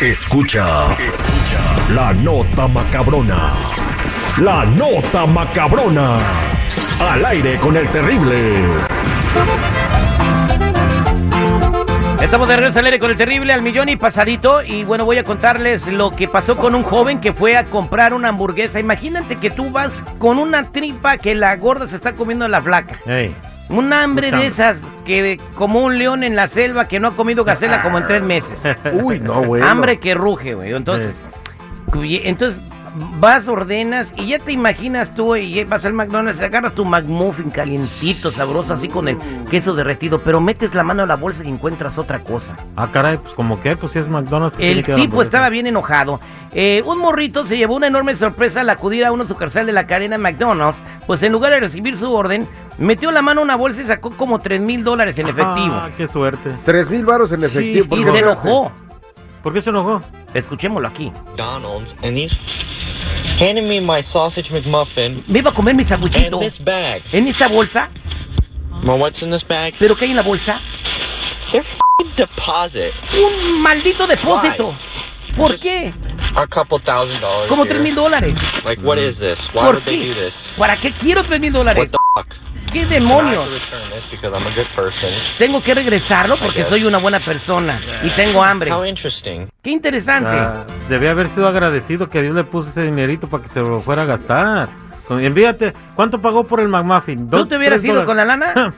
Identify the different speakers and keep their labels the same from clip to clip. Speaker 1: Escucha, escucha la nota macabrona. La nota macabrona. Al aire con el terrible.
Speaker 2: Estamos de regreso al aire con el terrible al millón y pasadito y bueno voy a contarles lo que pasó con un joven que fue a comprar una hamburguesa. Imagínate que tú vas con una tripa que la gorda se está comiendo a la flaca.
Speaker 3: Ey,
Speaker 2: Un hambre
Speaker 3: Mucha
Speaker 2: de
Speaker 3: hambre.
Speaker 2: esas que como un león en la selva que no ha comido gacela como en tres meses.
Speaker 1: Uy, no, güey.
Speaker 2: Hambre que ruge, güey. Entonces,
Speaker 3: Eh,
Speaker 2: y- entonces vas, ordenas y ya te imaginas tú y vas al McDonald's, agarras tu McMuffin calientito, sabroso, así con el queso derretido, pero metes la mano a la bolsa y encuentras otra cosa.
Speaker 3: Ah, caray, pues como que, pues si es McDonald's. ¿qué tiene
Speaker 2: El
Speaker 3: que ver
Speaker 2: tipo
Speaker 3: hamburguesa?
Speaker 2: estaba bien enojado. Eh, un morrito se llevó una enorme sorpresa al acudir a una sucursal de la cadena McDonald's, pues en lugar de recibir su orden, metió la mano a una bolsa y sacó como 3 mil dólares en efectivo.
Speaker 3: Ah, qué suerte.
Speaker 4: Tres mil varos en efectivo.
Speaker 3: Sí,
Speaker 4: por
Speaker 2: y
Speaker 4: favor.
Speaker 2: se enojó.
Speaker 3: ¿Por qué se enojó?
Speaker 2: Escuchémoslo aquí.
Speaker 5: McDonald's and he's handing me my sausage McMuffin
Speaker 2: Me iba a comer mi
Speaker 5: and
Speaker 2: sabuchito
Speaker 5: this bag.
Speaker 2: en esta bolsa,
Speaker 5: Well, what's in this bag?
Speaker 2: pero ¿qué hay en la bolsa?
Speaker 5: They're f***ing deposit.
Speaker 2: Un maldito depósito. ¿Por
Speaker 5: Just-
Speaker 2: qué?
Speaker 5: A couple thousand dollars.
Speaker 2: Como
Speaker 5: here.
Speaker 2: 3 mil dólares.
Speaker 5: Like, what is this? Why
Speaker 2: ¿Por
Speaker 5: would they do
Speaker 2: qué?
Speaker 5: this?
Speaker 2: ¿Para qué quiero 3 mil dólares?
Speaker 5: What the fuck?
Speaker 2: ¿Qué
Speaker 5: And I have to
Speaker 2: demonios?
Speaker 5: return this because I'm a good person.
Speaker 2: Tengo que regresarlo porque
Speaker 5: guess.
Speaker 2: soy una buena persona y tengo hambre.
Speaker 5: How interesting.
Speaker 2: Qué interesante.
Speaker 3: Ah, debía haber sido agradecido que Dios le puso ese dinerito para que se lo fuera a gastar. Con- Envíate, ¿cuánto pagó por el McMuffin?
Speaker 2: ¿Tú te hubieras ido con la
Speaker 4: Ah,
Speaker 2: lana?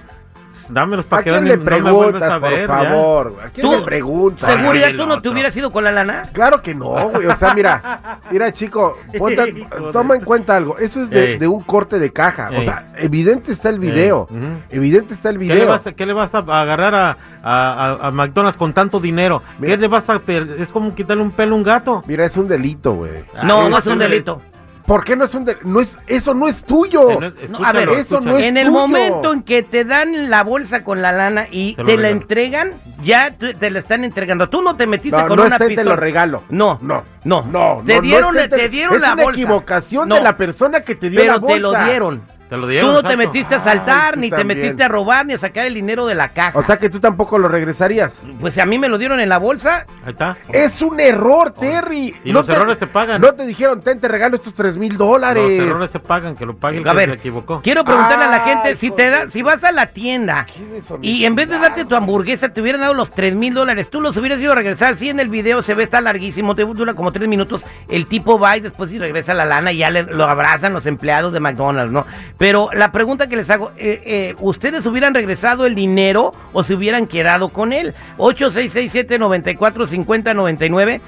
Speaker 3: Dámelos
Speaker 4: ¿A
Speaker 3: para que
Speaker 4: quién
Speaker 3: ni-
Speaker 4: le
Speaker 3: no me vuelvas
Speaker 4: preguntas,
Speaker 3: a ver.
Speaker 4: por
Speaker 3: ya.
Speaker 4: favor? ¿A quién
Speaker 2: Tú-
Speaker 4: le preguntas?
Speaker 2: ¿Seguridad
Speaker 3: el
Speaker 2: tú no te
Speaker 3: otro.
Speaker 2: hubieras ido con la lana?
Speaker 4: Claro que no, güey. O sea, mira, mira, chico, ponte-
Speaker 3: Hijo de-
Speaker 4: toma en cuenta algo. Eso es de,
Speaker 3: Ey.
Speaker 4: de un corte de caja. O
Speaker 3: Ey.
Speaker 4: sea, evidente está el video.
Speaker 3: Ey, Eh, ujú.
Speaker 4: Evidente está el
Speaker 3: ¿Qué le,
Speaker 4: video.
Speaker 3: vas, a- qué le vas a agarrar a, a- a- a McDonald's con tanto dinero?
Speaker 4: Mira.
Speaker 3: ¿Qué le vas a per- Es como quitarle un pelo a un gato.
Speaker 4: Mira, es un delito, güey.
Speaker 2: No,
Speaker 3: Ah,
Speaker 2: no es un
Speaker 3: ese-
Speaker 2: delito.
Speaker 4: ¿Por qué no es un delito? No es, eso no es tuyo.
Speaker 3: Eh, no,
Speaker 2: a ver,
Speaker 3: escúchalo,
Speaker 4: eso no
Speaker 3: escúchalo.
Speaker 4: es
Speaker 2: En el
Speaker 4: tuyo.
Speaker 2: momento en que te dan la bolsa con la lana y
Speaker 3: Se
Speaker 2: te
Speaker 3: lo
Speaker 2: la
Speaker 3: regalan.
Speaker 2: entregan, ya tú- te la están entregando. Tú no te metiste
Speaker 4: No,
Speaker 2: con
Speaker 4: no
Speaker 2: una
Speaker 4: está y te
Speaker 2: pistola.
Speaker 4: lo regalo.
Speaker 2: No,
Speaker 4: No,
Speaker 2: no,
Speaker 4: no.
Speaker 2: Te
Speaker 4: no,
Speaker 2: dieron,
Speaker 4: no es que
Speaker 2: te dieron
Speaker 4: es
Speaker 2: la
Speaker 4: una
Speaker 2: bolsa.
Speaker 4: equivocación
Speaker 2: No,
Speaker 4: de la persona que te dio la
Speaker 2: Pero
Speaker 4: bolsa.
Speaker 2: te lo dieron.
Speaker 3: Te lo dieron,
Speaker 2: tú no te
Speaker 3: exacto.
Speaker 2: metiste a
Speaker 4: Ay,
Speaker 2: saltar,
Speaker 4: tú
Speaker 2: ni te
Speaker 4: también.
Speaker 2: metiste a robar, ni a sacar el dinero de la caja.
Speaker 4: O sea que tú tampoco lo regresarías.
Speaker 2: pues a mí me lo dieron en la bolsa.
Speaker 3: Ahí está.
Speaker 4: Es un error, Terry.
Speaker 3: Y los errores se pagan.
Speaker 4: No te dijeron, ten, te regalo estos tres mil
Speaker 3: Los
Speaker 4: dólares.
Speaker 3: errores se pagan, que lo pague el
Speaker 2: Eh, A
Speaker 3: que se
Speaker 2: ver,
Speaker 3: equivocó.
Speaker 2: quiero preguntarle a la
Speaker 4: Ay, pues
Speaker 2: gente si
Speaker 4: hijo
Speaker 2: te
Speaker 4: de
Speaker 2: da,
Speaker 4: su-
Speaker 2: si vas a la tienda
Speaker 4: Qué deshonestidad,
Speaker 2: y en vez de darte tu hamburguesa te hubieran dado los tres mil dólares, tú los hubieras ido a regresar. Si en el video se ve está larguísimo, te dura como tres minutos. El tipo va y después si regresa la lana y ya le- lo abrazan los empleados de McDonald's, ¿no? Pero la pregunta que les hago, eh, eh, ¿ustedes hubieran regresado el dinero o se hubieran quedado con él? 8667-945099.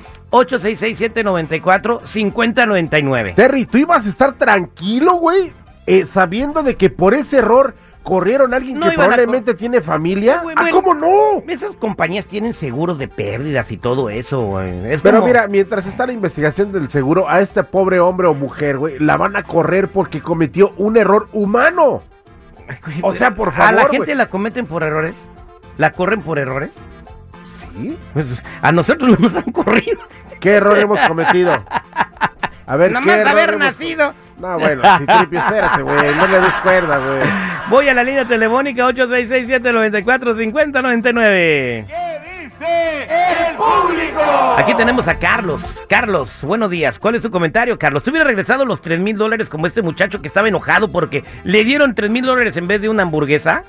Speaker 2: 8667-945099.
Speaker 4: Terry, tú ibas a estar tranquilo, güey, eh, sabiendo de que por ese error corrieron a alguien
Speaker 2: No
Speaker 4: que
Speaker 2: iban a
Speaker 4: probablemente tiene familia.
Speaker 2: No, güey,
Speaker 4: ah,
Speaker 2: bueno.
Speaker 4: ¿cómo no?
Speaker 2: Esas compañías tienen seguros de pérdidas y todo eso, güey. Es
Speaker 4: Pero
Speaker 2: como-
Speaker 4: mira, mientras está la investigación del seguro, a este pobre hombre o mujer, güey, la van a correr porque cometió un error humano. o sea, por
Speaker 2: A pues, ah, la
Speaker 4: favor,
Speaker 2: gente
Speaker 4: güey.
Speaker 2: la cometen por errores. La corren por errores.
Speaker 4: ¿Sí?
Speaker 2: Pues, a nosotros nos han corrido.
Speaker 4: ¿Qué error hemos cometido? A ver, ¿qué
Speaker 2: Nomás
Speaker 4: error
Speaker 2: haber
Speaker 4: hemos-
Speaker 2: nacido.
Speaker 4: No, bueno, sí, Tripi, espérate, güey, no le des cuerda, güey.
Speaker 2: Voy a la línea telefónica 8667-945099. ¿Qué dice el público? Aquí tenemos a Carlos. Carlos, buenos días. ¿Cuál es tu comentario, Carlos? ¿Tú hubieras regresado los 3 mil dólares como este muchacho que estaba enojado porque le dieron 3 mil dólares en vez de una hamburguesa?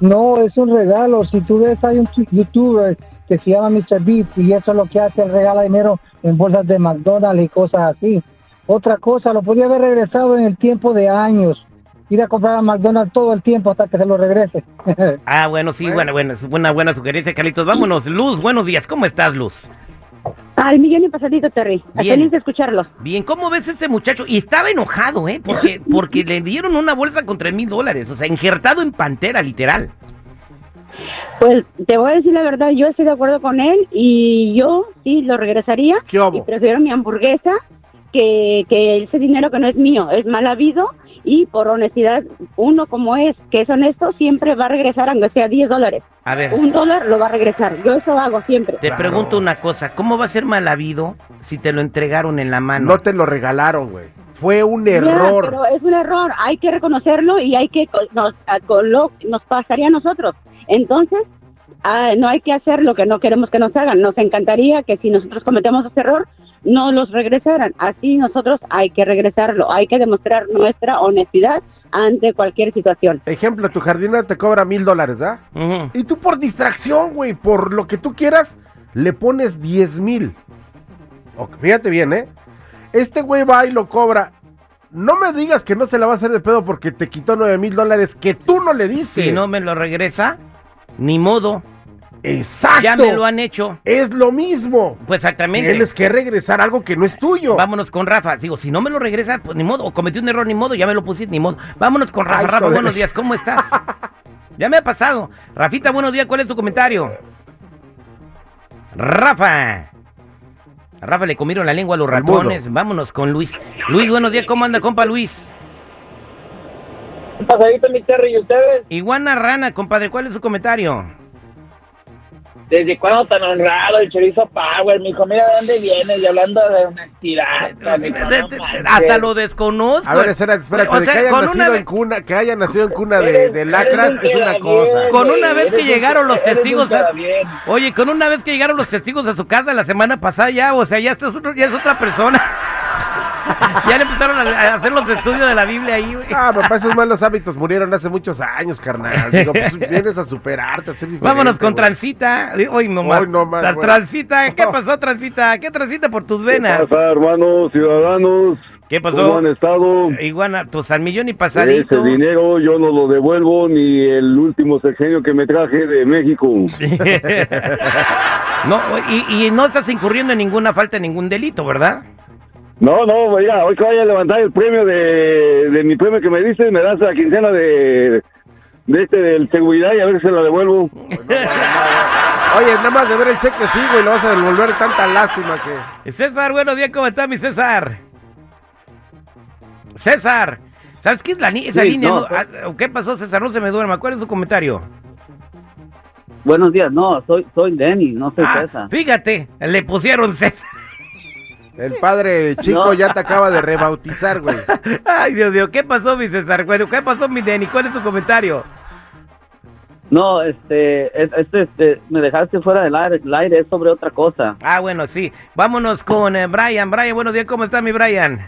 Speaker 6: No, es un regalo. Si tú ves, hay un chi- youtuber que se llama Mr. Beast y eso es lo que hace, él regala dinero en bolsas de McDonald's y cosas así. Otra cosa, lo podía haber regresado en el tiempo de años. Ir a comprar a McDonald's todo el tiempo hasta que se lo regrese.
Speaker 2: Ah, bueno, sí, bueno, bueno, es una buena sugerencia, Carlitos. Vámonos, Luz, buenos días. ¿Cómo estás, Luz?
Speaker 7: Al millón y pasadito, Terry.
Speaker 2: Bien.
Speaker 7: Feliz de escucharlo.
Speaker 2: Bien, ¿cómo ves a este muchacho? Y estaba enojado, ¿eh? Porque, porque le dieron una bolsa con tres mil dólares, o sea, injertado en pantera, literal.
Speaker 7: Pues te voy a decir la verdad, yo estoy de acuerdo con él y yo sí lo regresaría.
Speaker 4: ¿Qué
Speaker 7: Y
Speaker 4: hubo?
Speaker 7: prefiero mi hamburguesa que, que ese dinero que no es mío, es mal habido. Y por honestidad, uno como es, que es honesto, siempre va a regresar, aunque sea 10 dólares.
Speaker 2: A ver,
Speaker 7: Un dólar lo va a regresar. Yo eso hago siempre.
Speaker 2: te pregunto una cosa, ¿cómo va a ser mal habido si te lo entregaron en la mano?
Speaker 4: Ah, No te lo regalaron, güey. Fue un
Speaker 7: Ya,
Speaker 4: error.
Speaker 7: pero es un error, hay que reconocerlo y hay que, co- nos, a- con lo- nos pasaría a nosotros. Entonces, ah, no hay que hacer lo que no queremos que nos hagan. Nos encantaría que si nosotros cometemos ese error, no los regresaran. Así nosotros hay que regresarlo, hay que demostrar nuestra honestidad ante cualquier situación.
Speaker 4: Ejemplo, tu jardinera te cobra mil dólares, ¿ah?
Speaker 2: Ujú.
Speaker 4: Y tú por distracción, güey, por lo que tú quieras, le pones 10 mil. Ok, fíjate bien, ¿eh? Este güey va y lo cobra. No me digas que no se la va a hacer de pedo porque te quitó 9 mil dólares que tú no le diste.
Speaker 2: Si no me lo regresa, ni modo.
Speaker 4: Exacto.
Speaker 2: Ya me lo han hecho.
Speaker 4: Es lo mismo.
Speaker 2: Pues exactamente.
Speaker 4: Tienes que regresar algo que no es tuyo.
Speaker 2: Vámonos con Rafa. Digo, si no me lo regresa, pues ni modo. O cometí un error, ni modo. Ya me lo pusiste, ni modo. Vámonos con Rafa.
Speaker 4: Ay,
Speaker 2: Rafa,
Speaker 4: joder.
Speaker 2: buenos días. ¿Cómo estás? ya me ha pasado. Rafita, buenos días. ¿Cuál es tu comentario? Rafa. Rafa, le comieron la lengua a los
Speaker 4: Al mudo.
Speaker 2: ratones. Vámonos con Luis. Luis, buenos días. ¿Cómo anda, compa Luis?
Speaker 6: Un pasadito, mi Terry, ¿y ustedes?
Speaker 2: Iguana Rana, compadre. ¿Cuál es su comentario?
Speaker 6: ¿Desde cuándo tan honrado el chorizo Power, mijo? Mira de dónde vienes y hablando de honestidad. mijo, no manches.
Speaker 2: Hasta lo desconozco.
Speaker 4: A ver, espera, espérate,
Speaker 2: O
Speaker 4: de
Speaker 2: sea,
Speaker 4: que hayan
Speaker 2: con
Speaker 4: nacido
Speaker 2: una-
Speaker 4: en cuna, que hayan nacido en cuna de,
Speaker 6: Eres-
Speaker 4: de
Speaker 6: eres
Speaker 4: lacras
Speaker 6: un
Speaker 4: es una
Speaker 6: queda
Speaker 4: cosa.
Speaker 6: bien,
Speaker 2: Con
Speaker 6: güey,
Speaker 2: una vez que
Speaker 6: eres un-
Speaker 2: llegaron los
Speaker 6: eres un
Speaker 2: testigos,
Speaker 6: queda
Speaker 2: a-
Speaker 6: bien.
Speaker 2: oye, con una vez que llegaron los testigos a su casa la semana pasada ya, o sea, ya, esto es otro- ya es otra persona. ya le empezaron a, a hacer los estudios de la Biblia ahí, güey.
Speaker 4: Ah, papá, esos malos hábitos murieron hace muchos años, carnal. Digo, pues, vienes a superarte, a ser diferente,
Speaker 2: Vámonos con
Speaker 4: güey.
Speaker 2: Transita. Hoy nomás.
Speaker 4: Hoy nomás,
Speaker 2: La
Speaker 4: güey.
Speaker 2: Transita, ¿qué pasó, Transita? ¿Qué transita por tus venas?
Speaker 8: ¿Qué pasa, hermanos, ciudadanos?
Speaker 2: ¿Qué pasó?
Speaker 8: ¿Cómo han estado?
Speaker 2: Iguana, tu San Millón y
Speaker 8: Ese
Speaker 2: pasadito.
Speaker 8: dinero yo no lo devuelvo ni el último sexenio que me traje de México.
Speaker 2: no, y, y no estás incurriendo en ninguna falta, en ningún delito, ¿verdad?
Speaker 8: No, no, mira, hoy que vaya a levantar el premio de, de mi premio que me diste, me das la quincena de, de este del seguridad y a ver si se la devuelvo.
Speaker 4: Oye, nada más de ver el cheque sí, güey, lo vas a devolver tanta lástima que...
Speaker 2: César, buenos días, ¿cómo está mi César? César, ¿sabes qué es la ni- esa
Speaker 9: Sí,
Speaker 2: línea?
Speaker 9: no, pues.
Speaker 2: no? Ah, ¿Qué pasó, César? No se me duerma. ¿Cuál es su comentario?
Speaker 9: Buenos días, no, soy, soy Lenny, no soy
Speaker 2: Ah,
Speaker 9: César.
Speaker 2: fíjate, le pusieron César.
Speaker 4: El padre chico
Speaker 9: No.
Speaker 4: ya te acaba de rebautizar, güey.
Speaker 2: Ay, Dios mío, ¿qué pasó, mi César? Bueno, ¿qué pasó, mi Denny? ¿Cuál es su comentario?
Speaker 9: No, este, es- este, este, me dejaste fuera del aire, el aire es sobre otra cosa.
Speaker 2: Ah, bueno, sí. Vámonos con eh, Brian. Brian, buenos días, ¿cómo está mi Brian?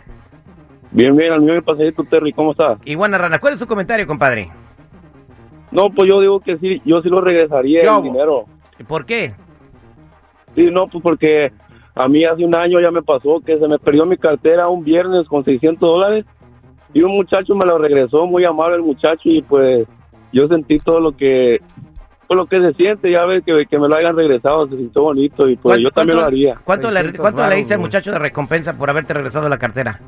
Speaker 8: Bien, bien, al mío pasadito, Terry, ¿cómo
Speaker 9: Ah.
Speaker 8: está?
Speaker 2: Iguana Rana, ¿cuál es su comentario, compadre?
Speaker 8: No, pues yo digo que sí, yo sí lo regresaría
Speaker 4: ¿Qué el hubo?
Speaker 8: dinero.
Speaker 2: ¿Por qué?
Speaker 8: Sí, no, pues porque a mí hace un año ya me pasó que se me perdió mi cartera un viernes con 600 dólares y un muchacho me lo regresó, muy amable el muchacho y pues yo sentí todo lo que pues lo que se siente, ya ves que, que me lo hayan regresado, se sintió bonito y pues
Speaker 2: ¿Cuánto-
Speaker 8: yo también
Speaker 2: cuánto-
Speaker 8: lo haría.
Speaker 2: ¿Cuánto, le,
Speaker 4: 600
Speaker 2: cuánto le
Speaker 4: varos,
Speaker 2: diste al
Speaker 4: güey.
Speaker 2: muchacho de recompensa por haberte regresado la cartera?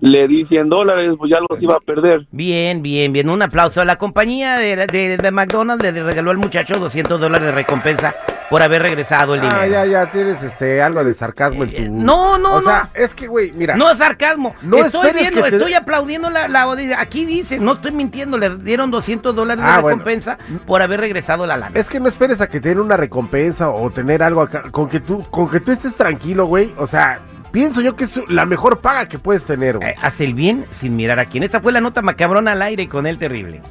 Speaker 8: Le di 100 dólares, pues ya los iba a perder.
Speaker 2: Bien, bien, bien. Un aplauso. La compañía de, de, de McDonald's le regaló al muchacho 200 dólares de recompensa por haber regresado el dinero.
Speaker 4: Ah, ya, ya, tienes este, algo de sarcasmo en tu...
Speaker 2: Eh, no, no,
Speaker 4: O sea, es que, güey, mira...
Speaker 2: No es sarcasmo.
Speaker 4: No
Speaker 2: estoy
Speaker 4: esperes
Speaker 2: viendo,
Speaker 4: que te-
Speaker 2: estoy aplaudiendo la, la audiencia. Aquí dice, no estoy mintiendo, le dieron 200 dólares de
Speaker 4: Ah, bueno.
Speaker 2: recompensa por haber regresado la lana.
Speaker 4: Es que no esperes a que te den una recompensa o tener algo acá. Con que tú, con que tú estés tranquilo, güey. O sea, pienso yo que es la mejor paga que puedes tener, güey.
Speaker 2: Eh, Hace el bien sin mirar a quién. Esta fue la nota macabrona al aire con el terrible.